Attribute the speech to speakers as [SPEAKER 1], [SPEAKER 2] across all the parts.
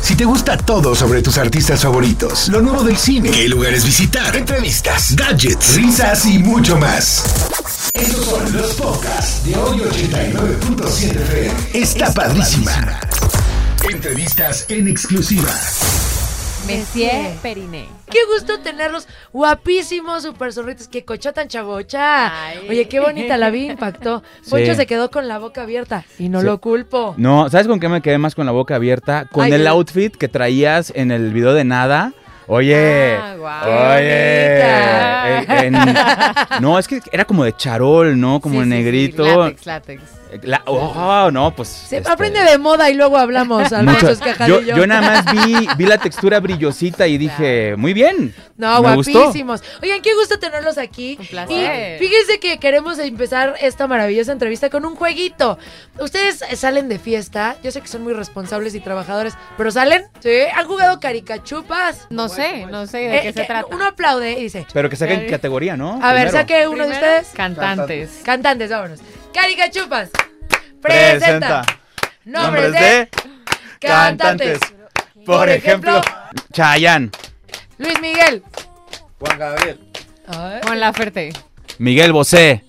[SPEAKER 1] Si te gusta todo sobre tus artistas favoritos, lo nuevo del cine, qué lugares visitar, entrevistas, gadgets, risas y mucho más. Estos son los podcasts de hoy 89.7 FM. Está padrísima. Entrevistas en exclusiva.
[SPEAKER 2] Messier Periné. Qué gusto tenerlos guapísimos, super sonrientes. Qué cocha tan chavocha.
[SPEAKER 3] Ay.
[SPEAKER 2] Oye, qué bonita la vi, impactó. Poncho se quedó con la boca abierta y no
[SPEAKER 4] Sí.
[SPEAKER 2] lo culpo.
[SPEAKER 4] No, ¿sabes con qué me quedé más con la boca abierta? Con
[SPEAKER 2] Ay,
[SPEAKER 4] el
[SPEAKER 2] sí.
[SPEAKER 4] outfit que traías en el video de nada. Oye,
[SPEAKER 3] Ah, guau.
[SPEAKER 4] oye,
[SPEAKER 3] Qué
[SPEAKER 4] en- no, es que era como de charol, ¿no? Como
[SPEAKER 3] Sí, sí, sí,
[SPEAKER 4] negrito.
[SPEAKER 3] látex, látex.
[SPEAKER 4] La- oh, no, pues.
[SPEAKER 2] Se
[SPEAKER 4] este,
[SPEAKER 2] aprende de moda y luego hablamos,
[SPEAKER 4] mucho-
[SPEAKER 2] Alfonso
[SPEAKER 4] yo,
[SPEAKER 2] Escajadillo.
[SPEAKER 4] yo nada más vi, vi la textura brillosita y dije, muy bien.
[SPEAKER 2] No,
[SPEAKER 4] me gustó.
[SPEAKER 2] guapísimos. Oigan, qué gusto tenerlos aquí.
[SPEAKER 3] Un placer.
[SPEAKER 2] Y fíjense que queremos empezar esta maravillosa entrevista con un jueguito. Ustedes eh, salen de fiesta, yo sé que son muy responsables y trabajadores, pero salen, sí, han jugado caricachupas.
[SPEAKER 3] No sé, no sé de
[SPEAKER 2] Eh,
[SPEAKER 3] qué
[SPEAKER 2] eh,
[SPEAKER 3] se trata.
[SPEAKER 2] Uno aplaude y dice,
[SPEAKER 4] Pero que saquen categoría, ¿no?
[SPEAKER 2] a ver,
[SPEAKER 4] Primero.
[SPEAKER 2] saque uno de
[SPEAKER 3] Primero,
[SPEAKER 2] ustedes.
[SPEAKER 3] Cantantes.
[SPEAKER 2] Cantantes, vámonos. Caricachupas. Presenta. Nombres de cantantes. Por ejemplo,
[SPEAKER 4] Chayanne,
[SPEAKER 2] Luis Miguel.
[SPEAKER 5] Juan Gabriel.
[SPEAKER 2] Ay.
[SPEAKER 3] Con la Ferte.
[SPEAKER 4] Miguel Bosé,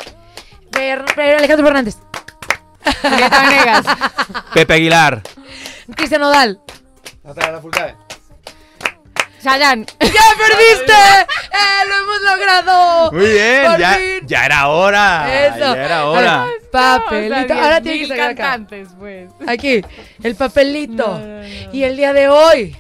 [SPEAKER 2] Fer- Fer- Alejandro Fernández.
[SPEAKER 3] Julieta Venegas.
[SPEAKER 4] Pepe Aguilar,
[SPEAKER 2] Cristian Odal.
[SPEAKER 5] Natalia Lafourcade.
[SPEAKER 3] Chayanne.
[SPEAKER 2] ¡Ya perdiste! ¡Eh, ¡Lo hemos logrado!
[SPEAKER 4] Muy bien,
[SPEAKER 2] Por
[SPEAKER 4] ya,
[SPEAKER 2] fin.
[SPEAKER 4] ya era hora.
[SPEAKER 2] Eso.
[SPEAKER 4] Ya era hora.
[SPEAKER 2] Ay, Papelito.
[SPEAKER 3] No, o sea,
[SPEAKER 2] Ahora
[SPEAKER 3] diez
[SPEAKER 2] tiene que
[SPEAKER 3] mil
[SPEAKER 2] sacar acá.
[SPEAKER 3] cantantes, pues.
[SPEAKER 2] Aquí, el papelito.
[SPEAKER 3] No, no, no.
[SPEAKER 2] Y el día de hoy.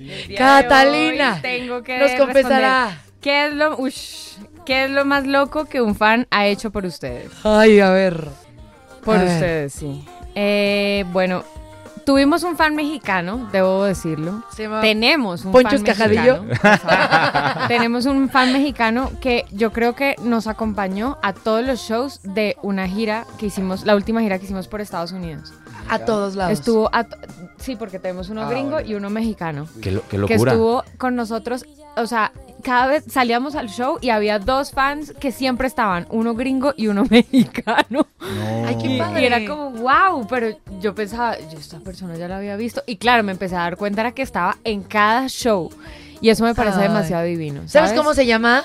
[SPEAKER 3] El día de
[SPEAKER 2] Catalina,
[SPEAKER 3] hoy tengo que
[SPEAKER 2] nos confesará.
[SPEAKER 3] responder. ¿Qué es lo ush, qué es lo más loco que un fan ha hecho por ustedes?
[SPEAKER 2] Ay, a ver.
[SPEAKER 3] Por
[SPEAKER 2] A ver.
[SPEAKER 3] ustedes, sí. Eh, bueno, tuvimos un fan mexicano, debo decirlo.
[SPEAKER 2] Se llama-
[SPEAKER 3] Tenemos un
[SPEAKER 2] Poncho
[SPEAKER 3] fan
[SPEAKER 2] Escajadillo.
[SPEAKER 3] mexicano. por favor. Tenemos un fan mexicano que yo creo que nos acompañó a todos los shows de una gira que hicimos, la última gira que hicimos por Estados Unidos.
[SPEAKER 2] a todos lados.
[SPEAKER 3] Estuvo a t- sí, porque tenemos uno
[SPEAKER 5] Ah,
[SPEAKER 3] gringo
[SPEAKER 5] bueno.
[SPEAKER 3] y uno mexicano
[SPEAKER 4] Qué, lo- qué
[SPEAKER 3] que
[SPEAKER 4] locura.
[SPEAKER 3] estuvo con nosotros, o sea, cada vez salíamos al show y había dos fans que siempre estaban, uno gringo y uno mexicano.
[SPEAKER 4] No.
[SPEAKER 2] Ay, qué padre.
[SPEAKER 3] Y era como, wow, pero yo pensaba, yo esta persona ya la había visto. Y claro, me empecé a dar cuenta era que estaba en cada show. Y eso me parece
[SPEAKER 2] Ay.
[SPEAKER 3] demasiado divino.
[SPEAKER 2] ¿Sabes cómo se llama?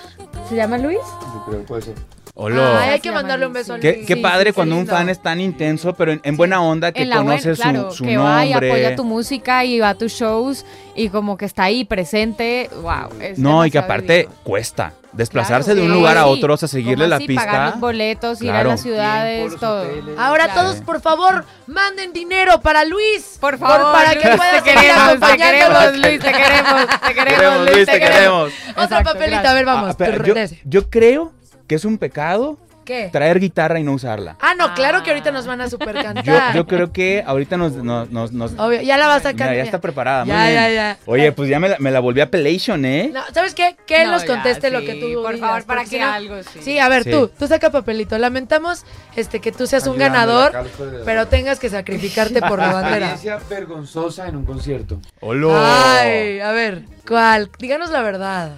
[SPEAKER 3] se llama Luis?
[SPEAKER 5] Yo creo que puede ser.
[SPEAKER 4] Hola.
[SPEAKER 2] Ay, hay
[SPEAKER 3] Se
[SPEAKER 2] que
[SPEAKER 3] llama
[SPEAKER 2] mandarle
[SPEAKER 3] Luis,
[SPEAKER 2] un beso a
[SPEAKER 3] sí.
[SPEAKER 2] Luis.
[SPEAKER 4] Qué, qué
[SPEAKER 3] sí,
[SPEAKER 4] padre
[SPEAKER 3] sí,
[SPEAKER 4] cuando
[SPEAKER 3] sí,
[SPEAKER 4] un
[SPEAKER 3] no.
[SPEAKER 4] fan es tan intenso, pero en, en buena onda, que
[SPEAKER 3] en la buena,
[SPEAKER 4] conoce su,
[SPEAKER 3] claro,
[SPEAKER 4] su
[SPEAKER 3] que va y
[SPEAKER 4] nombre.
[SPEAKER 3] apoya tu música y va a tus shows y como que está ahí presente. Wow. es
[SPEAKER 4] no, y que
[SPEAKER 3] demasiado
[SPEAKER 4] aparte
[SPEAKER 3] divino.
[SPEAKER 4] cuesta desplazarse
[SPEAKER 3] Claro,
[SPEAKER 4] de un
[SPEAKER 3] sí.
[SPEAKER 4] lugar a
[SPEAKER 3] Sí.
[SPEAKER 4] otro, o sea, seguirle
[SPEAKER 3] Como
[SPEAKER 4] la
[SPEAKER 3] así, Pagar
[SPEAKER 4] pista.
[SPEAKER 3] los boletos, ir
[SPEAKER 4] Claro.
[SPEAKER 3] a las
[SPEAKER 5] Tiempo,
[SPEAKER 3] ciudades,
[SPEAKER 5] los
[SPEAKER 3] todo.
[SPEAKER 5] hoteles.
[SPEAKER 2] Ahora
[SPEAKER 3] Claro.
[SPEAKER 2] todos, por favor, manden dinero para Luis.
[SPEAKER 3] Por favor,
[SPEAKER 2] para
[SPEAKER 3] Luis,
[SPEAKER 2] que pueda
[SPEAKER 3] te
[SPEAKER 2] seguir
[SPEAKER 3] queremos, te
[SPEAKER 2] acompañándonos.
[SPEAKER 3] queremos, Luis, te queremos, te queremos,
[SPEAKER 4] Queremos,
[SPEAKER 3] Luis, te queremos.
[SPEAKER 2] Otro
[SPEAKER 3] Exacto,
[SPEAKER 2] papelito,
[SPEAKER 3] gracias.
[SPEAKER 2] a ver, vamos.
[SPEAKER 4] Ah, espera,
[SPEAKER 2] Trrr,
[SPEAKER 4] yo,
[SPEAKER 2] de ese.
[SPEAKER 4] yo creo que es un pecado
[SPEAKER 2] ¿Qué?
[SPEAKER 4] traer guitarra y no usarla.
[SPEAKER 2] Ah, no, claro que
[SPEAKER 3] Ah.
[SPEAKER 2] ahorita nos van a super
[SPEAKER 4] Yo,
[SPEAKER 2] cantar.
[SPEAKER 4] yo creo que ahorita nos... nos, nos- nos-
[SPEAKER 2] Obvio, ya la vas a
[SPEAKER 4] Mira,
[SPEAKER 2] cantar.
[SPEAKER 4] ya está preparada. muy
[SPEAKER 2] Ya,
[SPEAKER 4] bien.
[SPEAKER 2] ya, ya.
[SPEAKER 4] Oye, pues ya me la, me la volví a Pelation, ¿eh?
[SPEAKER 2] No, ¿Sabes qué? Que él
[SPEAKER 3] No,
[SPEAKER 2] nos
[SPEAKER 3] ya,
[SPEAKER 2] conteste lo
[SPEAKER 3] sí,
[SPEAKER 2] que tú
[SPEAKER 3] Por
[SPEAKER 2] digas,
[SPEAKER 3] favor, para
[SPEAKER 2] porque si
[SPEAKER 3] que
[SPEAKER 2] no-
[SPEAKER 3] algo, sí.
[SPEAKER 2] Sí, a ver,
[SPEAKER 4] Sí.
[SPEAKER 2] tú, tú saca papelito. Lamentamos este que tú seas un
[SPEAKER 5] Ayudándole
[SPEAKER 2] ganador,
[SPEAKER 5] acá a los jueces.
[SPEAKER 2] pero tengas que sacrificarte por la bandera.
[SPEAKER 5] Experiencia vergonzosa en un concierto.
[SPEAKER 4] ¡Holo!
[SPEAKER 2] Ay, a ver, ¿cuál? Díganos la verdad.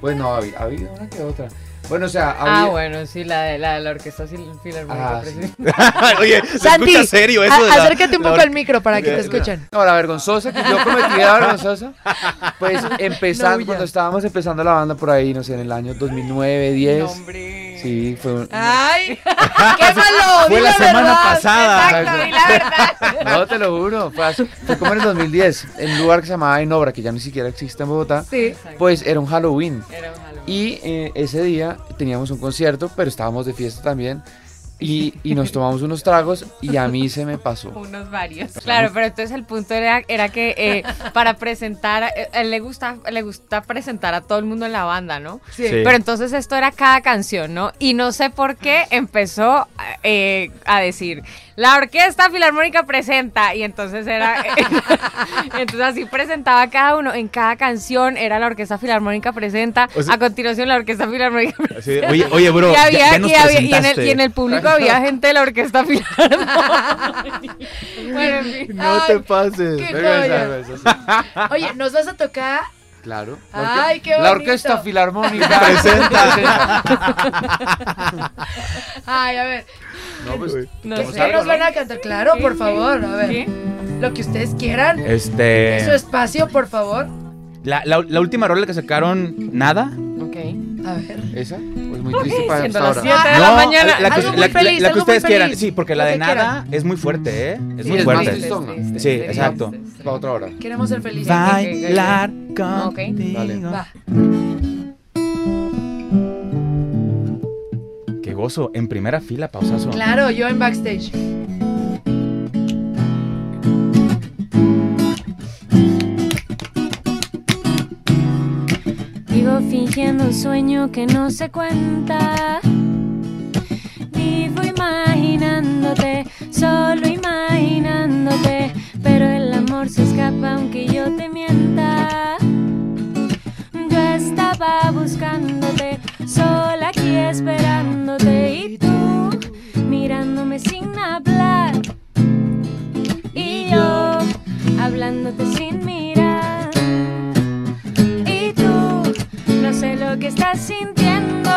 [SPEAKER 5] Pues no, ha habido, ha habido una que otra. Bueno, o sea,
[SPEAKER 3] Ah,
[SPEAKER 5] había...
[SPEAKER 3] bueno, sí, la de la, de la orquesta fil- filarmónica.
[SPEAKER 5] Ah, sí.
[SPEAKER 3] presidente.
[SPEAKER 4] Oye, se
[SPEAKER 2] Santi,
[SPEAKER 4] escucha serio eso
[SPEAKER 2] a-
[SPEAKER 4] de la-
[SPEAKER 2] acércate un
[SPEAKER 4] la
[SPEAKER 2] poco
[SPEAKER 4] or-
[SPEAKER 2] al micro para que te escuchen.
[SPEAKER 5] No, la vergonzosa que yo cometí, la vergonzosa. Pues empezando,
[SPEAKER 2] No, ya.
[SPEAKER 5] cuando estábamos empezando la banda por ahí, no sé, en el año 2009, 10.
[SPEAKER 3] No, hombre.
[SPEAKER 5] Sí, fue un...
[SPEAKER 2] Ah. Ay, qué malo.
[SPEAKER 4] Fue
[SPEAKER 2] di
[SPEAKER 4] la semana
[SPEAKER 2] verdad.
[SPEAKER 4] pasada.
[SPEAKER 3] Exacto, di la verdad.
[SPEAKER 5] No, te lo juro. Fue, así- fue como en el 2010, en un lugar que se llamaba Enobra, que ya ni siquiera existe en Bogotá.
[SPEAKER 2] Sí.
[SPEAKER 5] Pues era un Halloween.
[SPEAKER 3] Era un Halloween.
[SPEAKER 5] Y eh, ese día teníamos un concierto, pero estábamos de fiesta también. Y, y nos tomamos unos tragos y a mí se me pasó.
[SPEAKER 3] Unos varios. Claro, pero entonces el punto era, era que eh, para presentar, a- eh, él le gusta, le gusta presentar a todo el mundo en la banda, ¿no?
[SPEAKER 2] Sí.
[SPEAKER 4] Sí.
[SPEAKER 3] Pero entonces esto era cada canción, ¿no? Y no sé por qué empezó eh, a decir, la Orquesta Filarmónica presenta. Y entonces era, entonces así presentaba cada uno. En cada canción era la Orquesta Filarmónica presenta.
[SPEAKER 4] O sea-
[SPEAKER 3] a continuación la Orquesta Filarmónica presenta.
[SPEAKER 4] Sí, Oye, oye, bro,
[SPEAKER 3] y,
[SPEAKER 4] ya-
[SPEAKER 3] había-
[SPEAKER 4] ya, nos
[SPEAKER 3] y había- y en el,
[SPEAKER 4] presentaste.
[SPEAKER 3] y en el público había gente de la Orquesta Filarmónica. bueno, en fin.
[SPEAKER 2] No te
[SPEAKER 4] pases.
[SPEAKER 2] Qué
[SPEAKER 5] Vergüenza,
[SPEAKER 2] joya.
[SPEAKER 5] vergüenza, sí.
[SPEAKER 2] Oye, nos vas a tocar.
[SPEAKER 5] Claro. La orque-
[SPEAKER 2] Ay, qué bonito.
[SPEAKER 5] La orquesta filarmónica
[SPEAKER 4] Presenta.
[SPEAKER 2] Ay, a ver.
[SPEAKER 5] No, pues,
[SPEAKER 3] No
[SPEAKER 2] que
[SPEAKER 3] sé.
[SPEAKER 2] nos van a cantar, claro, por favor, a ver.
[SPEAKER 3] ¿Qué?
[SPEAKER 2] lo que ustedes quieran.
[SPEAKER 4] Este.
[SPEAKER 2] Su espacio, por favor.
[SPEAKER 4] La, la- la última rola que sacaron, nada.
[SPEAKER 6] Ok.
[SPEAKER 2] A ver.
[SPEAKER 5] ¿Esa? Pues muy triste para
[SPEAKER 6] Siendo
[SPEAKER 5] hasta
[SPEAKER 6] las
[SPEAKER 5] ahora.
[SPEAKER 6] 7 de la mañana.
[SPEAKER 4] La que,
[SPEAKER 2] Algo muy
[SPEAKER 4] la- la-
[SPEAKER 2] feliz,
[SPEAKER 4] la que
[SPEAKER 2] algo muy
[SPEAKER 4] ustedes
[SPEAKER 2] feliz.
[SPEAKER 4] quieran. Sí, porque la
[SPEAKER 2] Lo
[SPEAKER 4] de
[SPEAKER 2] que
[SPEAKER 4] nada es muy fuerte, ¿eh? Es
[SPEAKER 5] Sí,
[SPEAKER 4] muy
[SPEAKER 5] es más
[SPEAKER 4] fuerte.
[SPEAKER 5] triste.
[SPEAKER 4] Sí, exacto.
[SPEAKER 5] Para otra hora.
[SPEAKER 2] Queremos ser felices.
[SPEAKER 4] Bailar
[SPEAKER 6] Ok.
[SPEAKER 4] contigo.
[SPEAKER 2] Va.
[SPEAKER 4] Qué gozo. En primera fila, pausazo.
[SPEAKER 2] Claro, yo en backstage.
[SPEAKER 3] Vivo fingiendo un sueño que no se cuenta. Vivo imaginándote, solo imaginándote. Pero el amor se escapa aunque yo te mienta. Yo estaba buscándote, sola aquí esperándote. Y tú mirándome sin hablar. Y yo hablándote sin mirar. Y tú, no sé lo que estás sintiendo,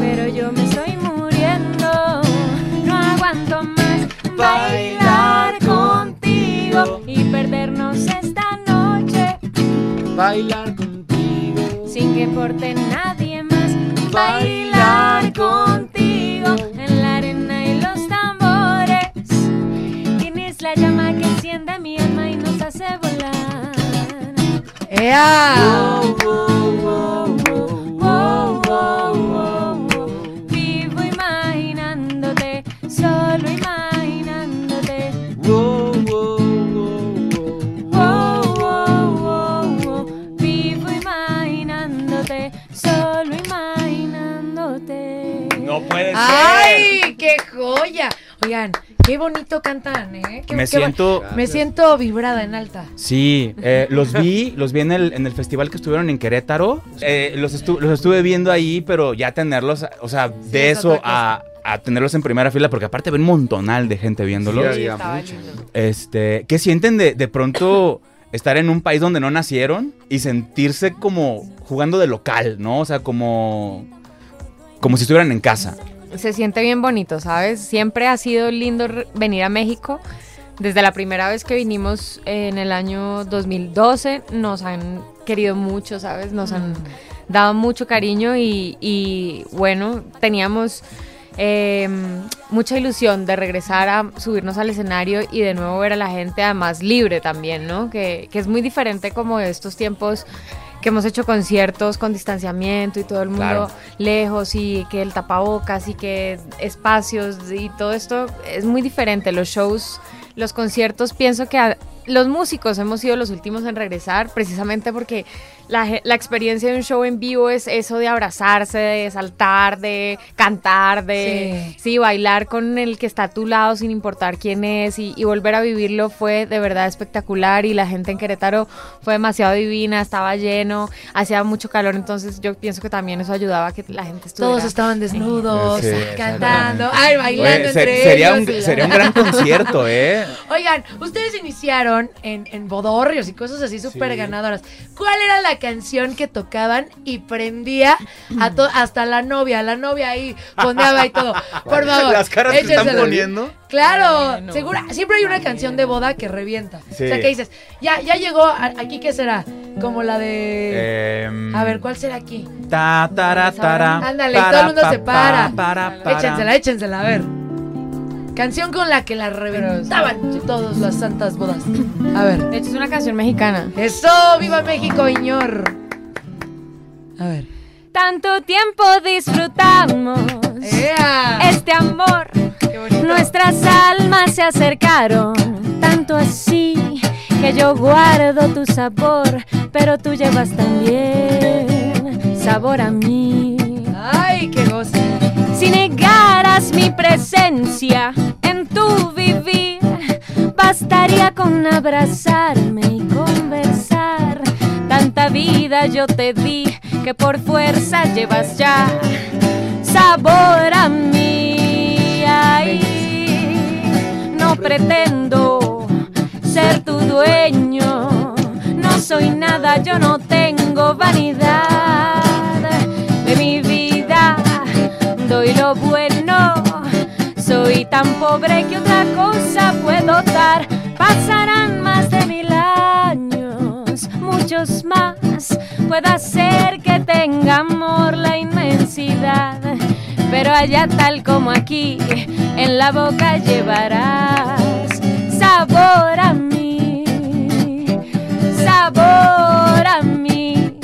[SPEAKER 3] pero yo me estoy muriendo. No aguanto más bailar contigo y perdernos esta noche
[SPEAKER 5] Bailar contigo.
[SPEAKER 3] sin que importe nadie más. Bailar contigo en la arena y los tambores. Tienes la llama que enciende mi alma y nos hace volar.
[SPEAKER 2] ¡Ea!
[SPEAKER 3] Wow, wow, wow, wow. Vivo imaginándote, solo imaginándote. Wow, wow, wow, wow. Vivo imaginándote, solo imaginándote.
[SPEAKER 4] No puede ser.
[SPEAKER 2] ¡Ay, qué joya! Oigan, qué bonito cantan, ¿eh? Qué-
[SPEAKER 4] Me
[SPEAKER 2] qué bon-
[SPEAKER 4] siento.
[SPEAKER 2] Me siento vibrada en alta.
[SPEAKER 4] Sí, eh, los vi, los vi en el, en el festival que estuvieron en Querétaro. Eh, los, estu- los estuve viendo ahí, pero ya tenerlos, o sea, de
[SPEAKER 2] es
[SPEAKER 4] eso
[SPEAKER 2] otra
[SPEAKER 4] a, a tenerlos en primera fila, porque aparte ven un montonal de gente viéndolos.
[SPEAKER 5] Sí, había
[SPEAKER 6] estaba
[SPEAKER 5] mucho.
[SPEAKER 6] lindo.
[SPEAKER 4] Este, ¿qué sienten de, de pronto estar en un país donde no nacieron y sentirse como jugando de local, ¿no? O sea, como como si estuvieran en casa.
[SPEAKER 6] se siente bien bonito, ¿sabes? Siempre ha sido lindo re- venir a México. Desde la primera vez que vinimos eh, en el año 2012 nos han querido mucho, ¿sabes? Nos han dado mucho cariño y, y, bueno, teníamos eh, mucha ilusión de regresar a subirnos al escenario y de nuevo ver a la gente además libre también, ¿no? Que, que es muy diferente como de estos tiempos que hemos hecho conciertos con distanciamiento y todo el mundo
[SPEAKER 4] Claro.
[SPEAKER 6] lejos y que el tapabocas y que espacios y todo esto es muy diferente. Los shows, los conciertos, pienso que a- los músicos hemos sido los últimos en regresar precisamente porque la, ge- la experiencia de un show en vivo es eso de abrazarse, de saltar, de cantar, de sí. bailar con el que está a tu lado sin importar quién es y, y volver a vivirlo fue de verdad espectacular y la gente en Querétaro fue demasiado divina, estaba lleno, hacía mucho calor, entonces yo pienso que también eso ayudaba a que la gente estuviera.
[SPEAKER 2] Todos estaban desnudos,
[SPEAKER 4] Sí,
[SPEAKER 2] cantando, ay, bailando
[SPEAKER 4] Oye, se-
[SPEAKER 2] entre
[SPEAKER 4] sería,
[SPEAKER 2] ellos.
[SPEAKER 4] un,
[SPEAKER 2] y la-
[SPEAKER 4] sería un gran concierto, ¿eh?
[SPEAKER 2] Oigan, ustedes iniciaron en, en bodorrios y cosas así súper ganadoras. ¿Cuál era la canción que tocaban y prendía a to- hasta la novia? La novia ahí pondeaba y todo. Por favor.
[SPEAKER 4] Las caras que están
[SPEAKER 2] échensela.
[SPEAKER 4] poniendo.
[SPEAKER 2] Claro,
[SPEAKER 6] Bueno.
[SPEAKER 2] segura, siempre hay una canción de boda que revienta.
[SPEAKER 4] Sí.
[SPEAKER 2] O sea, que dices, ya, ya llegó, a- aquí qué será, como la de...
[SPEAKER 4] Em,
[SPEAKER 2] a ver, ¿cuál será aquí?
[SPEAKER 4] Ta, tara, tara,
[SPEAKER 2] Ándale, todo el mundo se para.
[SPEAKER 4] para, para.
[SPEAKER 2] Échensela, échensela, a ver. Canción con la que la reventaban todas las santas bodas. A ver.
[SPEAKER 6] De hecho es una canción mexicana.
[SPEAKER 2] Eso, viva México, Iñor. A ver.
[SPEAKER 3] Tanto tiempo disfrutamos
[SPEAKER 6] Eh,
[SPEAKER 2] ¡Ea!
[SPEAKER 3] este amor.
[SPEAKER 2] Qué bonito.
[SPEAKER 3] Nuestras almas se acercaron, tanto así que yo guardo tu sabor, pero tú llevas también sabor a mí.
[SPEAKER 2] Ay, qué gozo.
[SPEAKER 3] Si negaras mi presencia en tu vivir, bastaría con abrazarme y conversar. Tanta vida yo te di que por fuerza llevas ya sabor a mí. Ay, no pretendo ser tu dueño, no soy nada, yo no tengo vanidad de mi vida, doy lo bueno, soy tan pobre que otra cosa puedo dar. para Pasarán más de mil años, muchos más. Pueda ser que tenga amor la inmensidad, pero allá tal como aquí, en la boca llevarás sabor a mí, sabor a mí,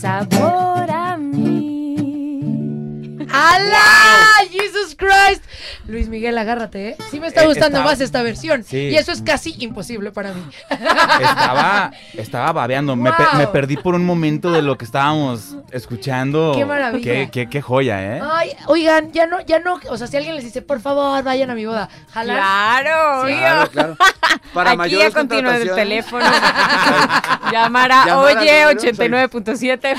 [SPEAKER 3] sabor a mí.
[SPEAKER 2] ¡Ala! ¡Jesus Christ! Luis Miguel, agárrate, ¿eh? Sí me está
[SPEAKER 4] Eh,
[SPEAKER 2] gustando
[SPEAKER 4] está-
[SPEAKER 2] más esta versión.
[SPEAKER 4] Sí.
[SPEAKER 2] Y eso es casi imposible para mí.
[SPEAKER 4] Estaba, estaba babeando. Me, pe-
[SPEAKER 2] Wow.
[SPEAKER 4] me perdí por un momento de lo que estábamos escuchando.
[SPEAKER 2] Qué maravilla. Ah.
[SPEAKER 4] Qué, qué- qué joya, ¿eh?
[SPEAKER 2] Ay, oigan, ya no, ya no, o sea, si alguien les dice, por favor, vayan a mi boda, jalan.
[SPEAKER 6] Claro,
[SPEAKER 5] Claro,
[SPEAKER 6] obvio.
[SPEAKER 5] claro.
[SPEAKER 6] Aquí ya continúa el
[SPEAKER 5] contrataciones-
[SPEAKER 6] teléfono. Llamar a
[SPEAKER 5] Llamar al
[SPEAKER 6] Oye
[SPEAKER 5] número,
[SPEAKER 6] 89.7.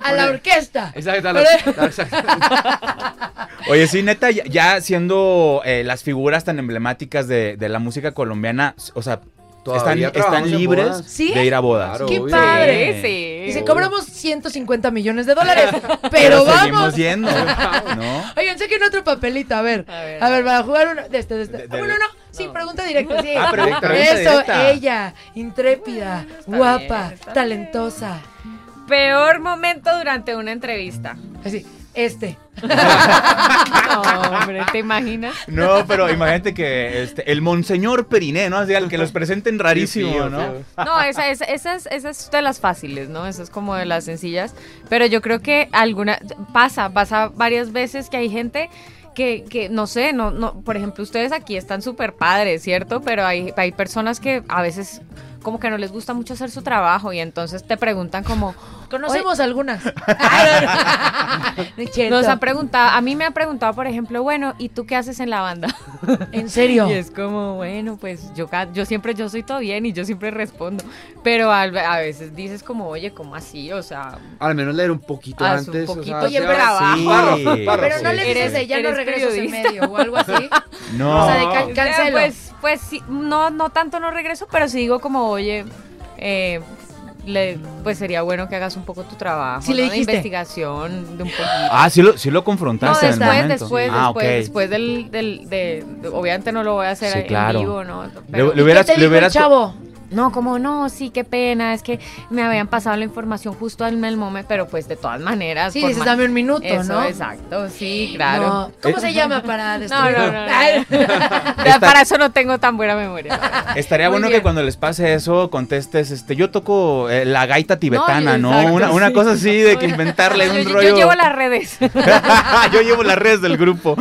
[SPEAKER 2] A la orquesta.
[SPEAKER 5] Exacto, a la-
[SPEAKER 2] Pero-
[SPEAKER 5] exacto.
[SPEAKER 4] Oye, sí, neta, ya, ya siendo eh, las figuras tan emblemáticas de, de la música colombiana, o sea, están,
[SPEAKER 5] Todavía
[SPEAKER 4] están
[SPEAKER 5] trabajamos en
[SPEAKER 4] libres
[SPEAKER 5] bodas.
[SPEAKER 2] ¿Sí?
[SPEAKER 4] de ir a bodas.
[SPEAKER 5] Claro,
[SPEAKER 2] ¡Qué
[SPEAKER 5] obvio.
[SPEAKER 2] padre!
[SPEAKER 4] Sí.
[SPEAKER 2] Dice,
[SPEAKER 6] Sí.
[SPEAKER 2] cobramos 150 millones de dólares, pero vamos.
[SPEAKER 4] Seguimos yendo, ¿no?
[SPEAKER 2] Oigan, saquen otro papelito, a ver.
[SPEAKER 6] A ver.
[SPEAKER 2] A ver, para jugar uno. De este, de este.
[SPEAKER 4] De- de-
[SPEAKER 2] bueno, no, sí, pregunta directa, sí.
[SPEAKER 4] Ah, pregunta
[SPEAKER 2] Eso,
[SPEAKER 4] directa.
[SPEAKER 2] ella, intrépida, guapa,
[SPEAKER 6] bien, está
[SPEAKER 2] talentosa.
[SPEAKER 6] Peor momento durante una entrevista.
[SPEAKER 2] Así, este.
[SPEAKER 6] No, hombre, ¿te imaginas?
[SPEAKER 4] No, pero imagínate que este, el monseñor Periné, ¿no? Así, al que los presenten rarísimo,
[SPEAKER 5] feo,
[SPEAKER 4] ¿no?
[SPEAKER 5] feo.
[SPEAKER 6] No, esa, esa, esa es, esa es de las fáciles, ¿no? Esa es como de las sencillas. Pero yo creo que alguna pasa, pasa varias veces que hay gente que, que no sé, no, no, por ejemplo, ustedes aquí están súper padres, ¿cierto? Pero hay, hay personas que a veces como que no les gusta mucho hacer su trabajo y entonces te preguntan como,
[SPEAKER 2] Conocemos algunas. Ah, no, no, no. No es cierto.
[SPEAKER 6] nos han preguntado, a mí me han preguntado, por ejemplo, bueno, ¿y tú qué haces en la banda?
[SPEAKER 2] En serio.
[SPEAKER 6] Y es como, bueno, pues yo, ca- yo siempre, yo soy todo bien y yo siempre respondo. Pero al- a, veces dices como, oye, ¿cómo así? O sea,
[SPEAKER 5] Al menos leer un poquito
[SPEAKER 6] Haz Ah, un
[SPEAKER 5] antes. o
[SPEAKER 6] poquito.
[SPEAKER 5] sea,
[SPEAKER 2] Oye,
[SPEAKER 5] sea-
[SPEAKER 2] pero-
[SPEAKER 5] Sí,
[SPEAKER 4] Párrafo, párrafo.
[SPEAKER 2] Pero no le dices
[SPEAKER 6] Eres-
[SPEAKER 2] de ya no
[SPEAKER 6] eres
[SPEAKER 2] regreso ese
[SPEAKER 6] periodista.
[SPEAKER 2] medio o algo así.
[SPEAKER 4] No.
[SPEAKER 2] O sea, de ca- cancelo.
[SPEAKER 6] Pues, pues sí, no, no tanto no regreso, pero sí digo como, oye, eh, le- pues sería bueno que hagas un poco tu trabajo.
[SPEAKER 2] Sí le
[SPEAKER 6] ¿no? De
[SPEAKER 2] dijiste.
[SPEAKER 6] investigación, de un poquito.
[SPEAKER 4] Ah, sí lo, sí lo
[SPEAKER 6] No,
[SPEAKER 4] confrontaste en el
[SPEAKER 6] después,
[SPEAKER 4] momento.
[SPEAKER 6] después,
[SPEAKER 4] Ah, ok.
[SPEAKER 6] después, después del, del- de, de- obviamente no lo voy a hacer
[SPEAKER 4] Sí,
[SPEAKER 6] en
[SPEAKER 4] claro.
[SPEAKER 6] vivo, ¿no?
[SPEAKER 4] Le-
[SPEAKER 6] Pero-
[SPEAKER 4] le
[SPEAKER 2] ¿Qué
[SPEAKER 4] hubieras-
[SPEAKER 2] te
[SPEAKER 4] le
[SPEAKER 2] dijo el
[SPEAKER 4] hubieras co-
[SPEAKER 2] chavo?
[SPEAKER 6] No, como no, sí, qué pena, es que me habían pasado la información justo en el momento, pero pues de todas maneras.
[SPEAKER 2] Sí,
[SPEAKER 6] por
[SPEAKER 2] dices,
[SPEAKER 6] ma-
[SPEAKER 2] dame un minuto,
[SPEAKER 6] Eso,
[SPEAKER 2] ¿no?
[SPEAKER 6] exacto, sí, claro.
[SPEAKER 2] No. ¿Cómo se llama para
[SPEAKER 6] No,
[SPEAKER 2] destruir?
[SPEAKER 6] no, no. no.
[SPEAKER 4] Está-
[SPEAKER 6] Para eso no tengo tan buena memoria.
[SPEAKER 4] Ah, Estaría
[SPEAKER 6] Muy
[SPEAKER 4] bueno
[SPEAKER 6] bien.
[SPEAKER 4] que cuando les pase eso contestes, este, yo toco eh, la gaita tibetana, ¿no?
[SPEAKER 6] exacto,
[SPEAKER 4] una, una
[SPEAKER 6] sí.
[SPEAKER 4] cosa así de que inventarle
[SPEAKER 6] Yo-
[SPEAKER 4] un
[SPEAKER 6] yo-
[SPEAKER 4] rollo.
[SPEAKER 6] Yo llevo las redes.
[SPEAKER 4] yo llevo las redes del grupo.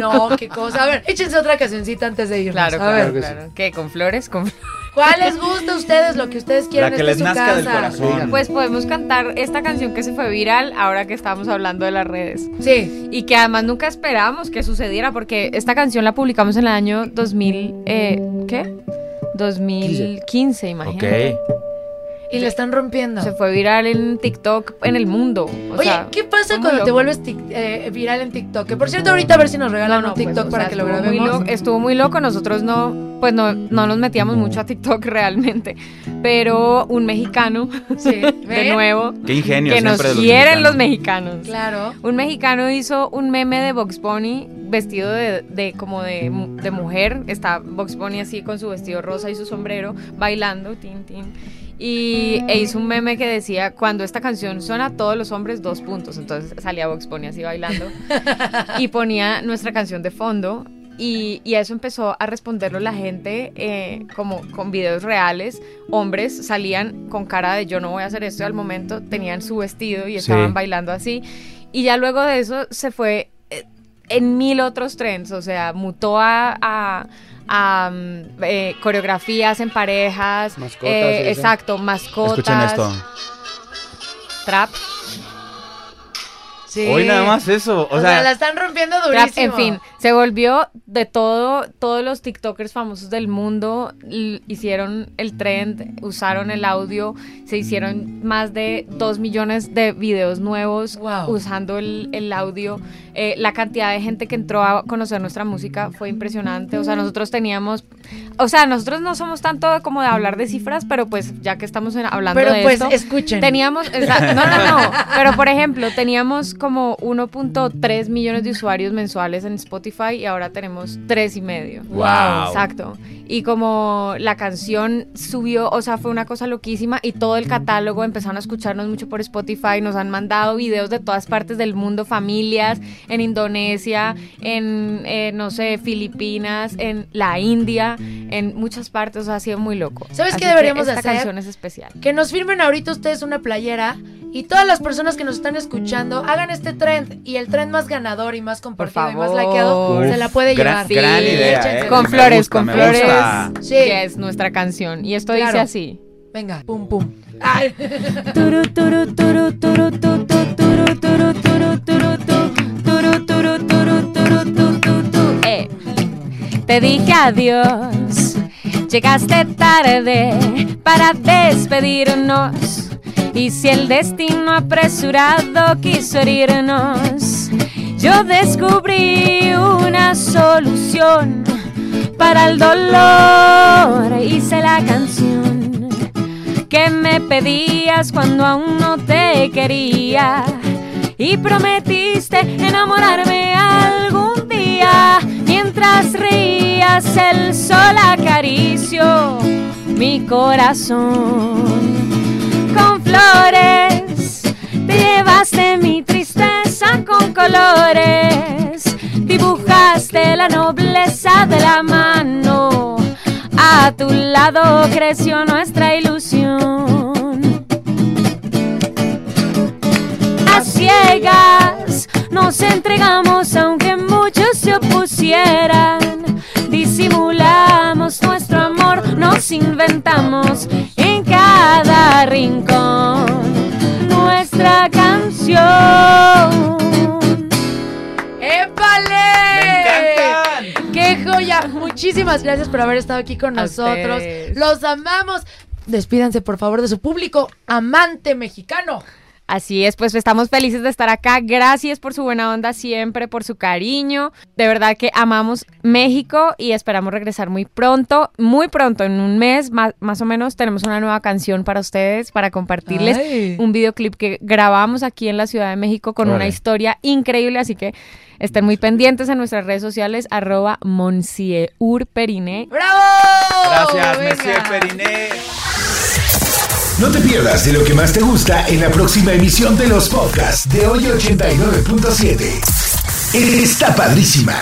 [SPEAKER 2] No, qué cosa. A ver, échense otra cancioncita antes de irnos.
[SPEAKER 6] Claro,
[SPEAKER 2] a
[SPEAKER 6] claro,
[SPEAKER 2] ver.
[SPEAKER 5] que sí.
[SPEAKER 6] claro. ¿Qué? ¿Con flores? ¿Con flores?
[SPEAKER 2] ¿Cuál les gusta a ustedes? Lo que ustedes quieran.
[SPEAKER 4] La que
[SPEAKER 2] esta
[SPEAKER 4] les
[SPEAKER 2] es su
[SPEAKER 4] nazca del
[SPEAKER 2] casa.
[SPEAKER 4] corazón.
[SPEAKER 6] Pues podemos cantar esta canción que se fue viral ahora que estamos hablando de las redes.
[SPEAKER 2] Sí.
[SPEAKER 6] Y que además nunca esperábamos que sucediera porque esta canción la publicamos en el año 2000, eh, ¿qué? 2015,
[SPEAKER 4] ok.
[SPEAKER 6] imagínate.
[SPEAKER 2] Y le están rompiendo.
[SPEAKER 6] Se fue viral en TikTok en el mundo. O
[SPEAKER 2] Oye,
[SPEAKER 6] sea,
[SPEAKER 2] ¿qué pasa
[SPEAKER 6] muy
[SPEAKER 2] cuando te
[SPEAKER 6] loco.
[SPEAKER 2] vuelves tic- eh, viral en TikTok? Que por cierto, ahorita a ver si nos regalan un
[SPEAKER 6] pues,
[SPEAKER 2] TikTok
[SPEAKER 6] o
[SPEAKER 2] para
[SPEAKER 6] sea,
[SPEAKER 2] que lo
[SPEAKER 6] estuvo muy
[SPEAKER 2] grabemos.
[SPEAKER 6] lo- estuvo muy loco, nosotros no, pues no, no nos metíamos mucho a TikTok realmente, pero un mexicano,
[SPEAKER 2] Sí,
[SPEAKER 6] de
[SPEAKER 2] ¿ven?
[SPEAKER 6] nuevo,
[SPEAKER 4] Qué ingenio
[SPEAKER 6] que
[SPEAKER 4] siempre
[SPEAKER 6] nos
[SPEAKER 4] de los
[SPEAKER 6] quieren los
[SPEAKER 4] mexicanos.
[SPEAKER 6] mexicanos.
[SPEAKER 2] Claro.
[SPEAKER 6] Un mexicano hizo un meme de Box Bunny vestido de, de- como de, mu- de mujer. Está Box Bunny así con su vestido rosa y su sombrero bailando, tin, tin. Y e hizo un meme que decía, cuando esta canción suena, todos los hombres, dos puntos. Entonces salía Box Bunny así bailando y ponía nuestra canción de fondo. Y, y a eso empezó a responderlo la gente eh, como con videos reales. Hombres salían con cara de yo no voy a hacer esto y al momento, tenían su vestido y
[SPEAKER 4] Sí.
[SPEAKER 6] estaban bailando así. Y ya luego de eso se fue eh, en mil otros trends, o sea, mutó a, a- a, mm, eh, coreografías en parejas.
[SPEAKER 5] Mascotas,
[SPEAKER 6] eh,
[SPEAKER 5] eso.
[SPEAKER 6] exacto, mascotas.
[SPEAKER 4] Escuchen esto.
[SPEAKER 6] Trap.
[SPEAKER 2] Sí.
[SPEAKER 4] Hoy nada más eso.
[SPEAKER 2] O,
[SPEAKER 4] O
[SPEAKER 2] sea,
[SPEAKER 4] sea,
[SPEAKER 2] la están rompiendo
[SPEAKER 6] Trap,
[SPEAKER 2] durísimo.
[SPEAKER 6] en fin, se volvió de todo, todos los TikTokers famosos del mundo l- hicieron el trend, usaron el audio, se hicieron más de 2 millones de videos nuevos
[SPEAKER 2] Wow.
[SPEAKER 6] usando el, el audio. Eh, la cantidad de gente que entró a conocer nuestra música fue impresionante. O sea, nosotros teníamos, o sea, nosotros no somos tanto como de hablar de cifras, pero pues ya que estamos en- hablando
[SPEAKER 2] Pero
[SPEAKER 6] de
[SPEAKER 2] pues,
[SPEAKER 6] esto,
[SPEAKER 2] escuchen.
[SPEAKER 6] Teníamos, esa- no, no, no, pero por ejemplo, teníamos como 1.3 millones de usuarios mensuales en
[SPEAKER 3] Spotify y ahora tenemos tres y medio.
[SPEAKER 4] Wow.
[SPEAKER 3] Exacto. Y como la canción subió, o sea, fue una cosa loquísima y todo el catálogo empezaron a escucharnos mucho por Spotify, nos han mandado videos de todas partes del mundo, familias, en Indonesia, en, eh, no sé, Filipinas, en la India, en muchas partes, o sea, ha sido muy loco.
[SPEAKER 2] ¿Sabes qué
[SPEAKER 3] que
[SPEAKER 2] deberíamos
[SPEAKER 3] esta
[SPEAKER 2] hacer?
[SPEAKER 3] canción es especial.
[SPEAKER 2] Que nos firmen ahorita ustedes una playera y todas las personas que nos están escuchando hagan este trend y el trend más ganador y más compartido y más
[SPEAKER 3] favor.
[SPEAKER 2] likeado se la puede
[SPEAKER 4] gran,
[SPEAKER 2] llevar.
[SPEAKER 3] Sí,
[SPEAKER 4] gran idea.
[SPEAKER 2] échense.
[SPEAKER 4] ¿eh?
[SPEAKER 3] Con
[SPEAKER 4] Me
[SPEAKER 3] flores,
[SPEAKER 4] gusta,
[SPEAKER 3] con
[SPEAKER 4] me
[SPEAKER 3] flores,
[SPEAKER 4] gusta.
[SPEAKER 2] Sí.
[SPEAKER 3] que es nuestra canción. Y esto dice
[SPEAKER 2] Claro.
[SPEAKER 3] así.
[SPEAKER 2] Venga, pum pum. Ay,
[SPEAKER 7] Turu, turu, turu, turu, tu, tu, turu, turu, turu, turu, tu. Turu, turu, turu, turu, tu, tu, tu.
[SPEAKER 3] Eh, Te dije adiós, llegaste tarde para despedirnos. Y si el destino apresurado quiso herirnos, yo descubrí una solución para el dolor. Hice la canción que me pedías cuando aún no te quería y prometiste enamorarme algún día mientras reías el sol acarició mi corazón con flores te llevaste mi tristeza con colores dibujaste la nobleza de la mano a tu lado creció nuestra ilusión a ciegas nos entregamos aunque muchos se opusieran. Disimulamos nuestro amor, nos inventamos en cada rincón nuestra canción.
[SPEAKER 2] ¡Eh! ¡Épale! ¡Qué joya! Muchísimas gracias por haber estado aquí con
[SPEAKER 3] A
[SPEAKER 2] nosotros.
[SPEAKER 3] ustedes.
[SPEAKER 2] Los amamos. Despídanse, por favor, de su público amante mexicano.
[SPEAKER 3] Así es, pues estamos felices de estar acá. Gracias por su buena onda siempre, por su cariño. De verdad que amamos México y esperamos regresar muy pronto, muy pronto, en un mes más, más o menos. Tenemos una nueva canción para ustedes, para compartirles.
[SPEAKER 2] Ay.
[SPEAKER 3] Un videoclip que grabamos aquí en la Ciudad de México con una
[SPEAKER 4] Órale.
[SPEAKER 3] historia increíble, así que estén muy pendientes en nuestras redes sociales, arroba monsieurperiné.
[SPEAKER 2] ¡Bravo!
[SPEAKER 4] Gracias,
[SPEAKER 2] Venga.
[SPEAKER 4] Monsieur Periné.
[SPEAKER 1] No te pierdas de lo que más te gusta en la próxima emisión de los podcasts de hoy 89.7. Está padrísima.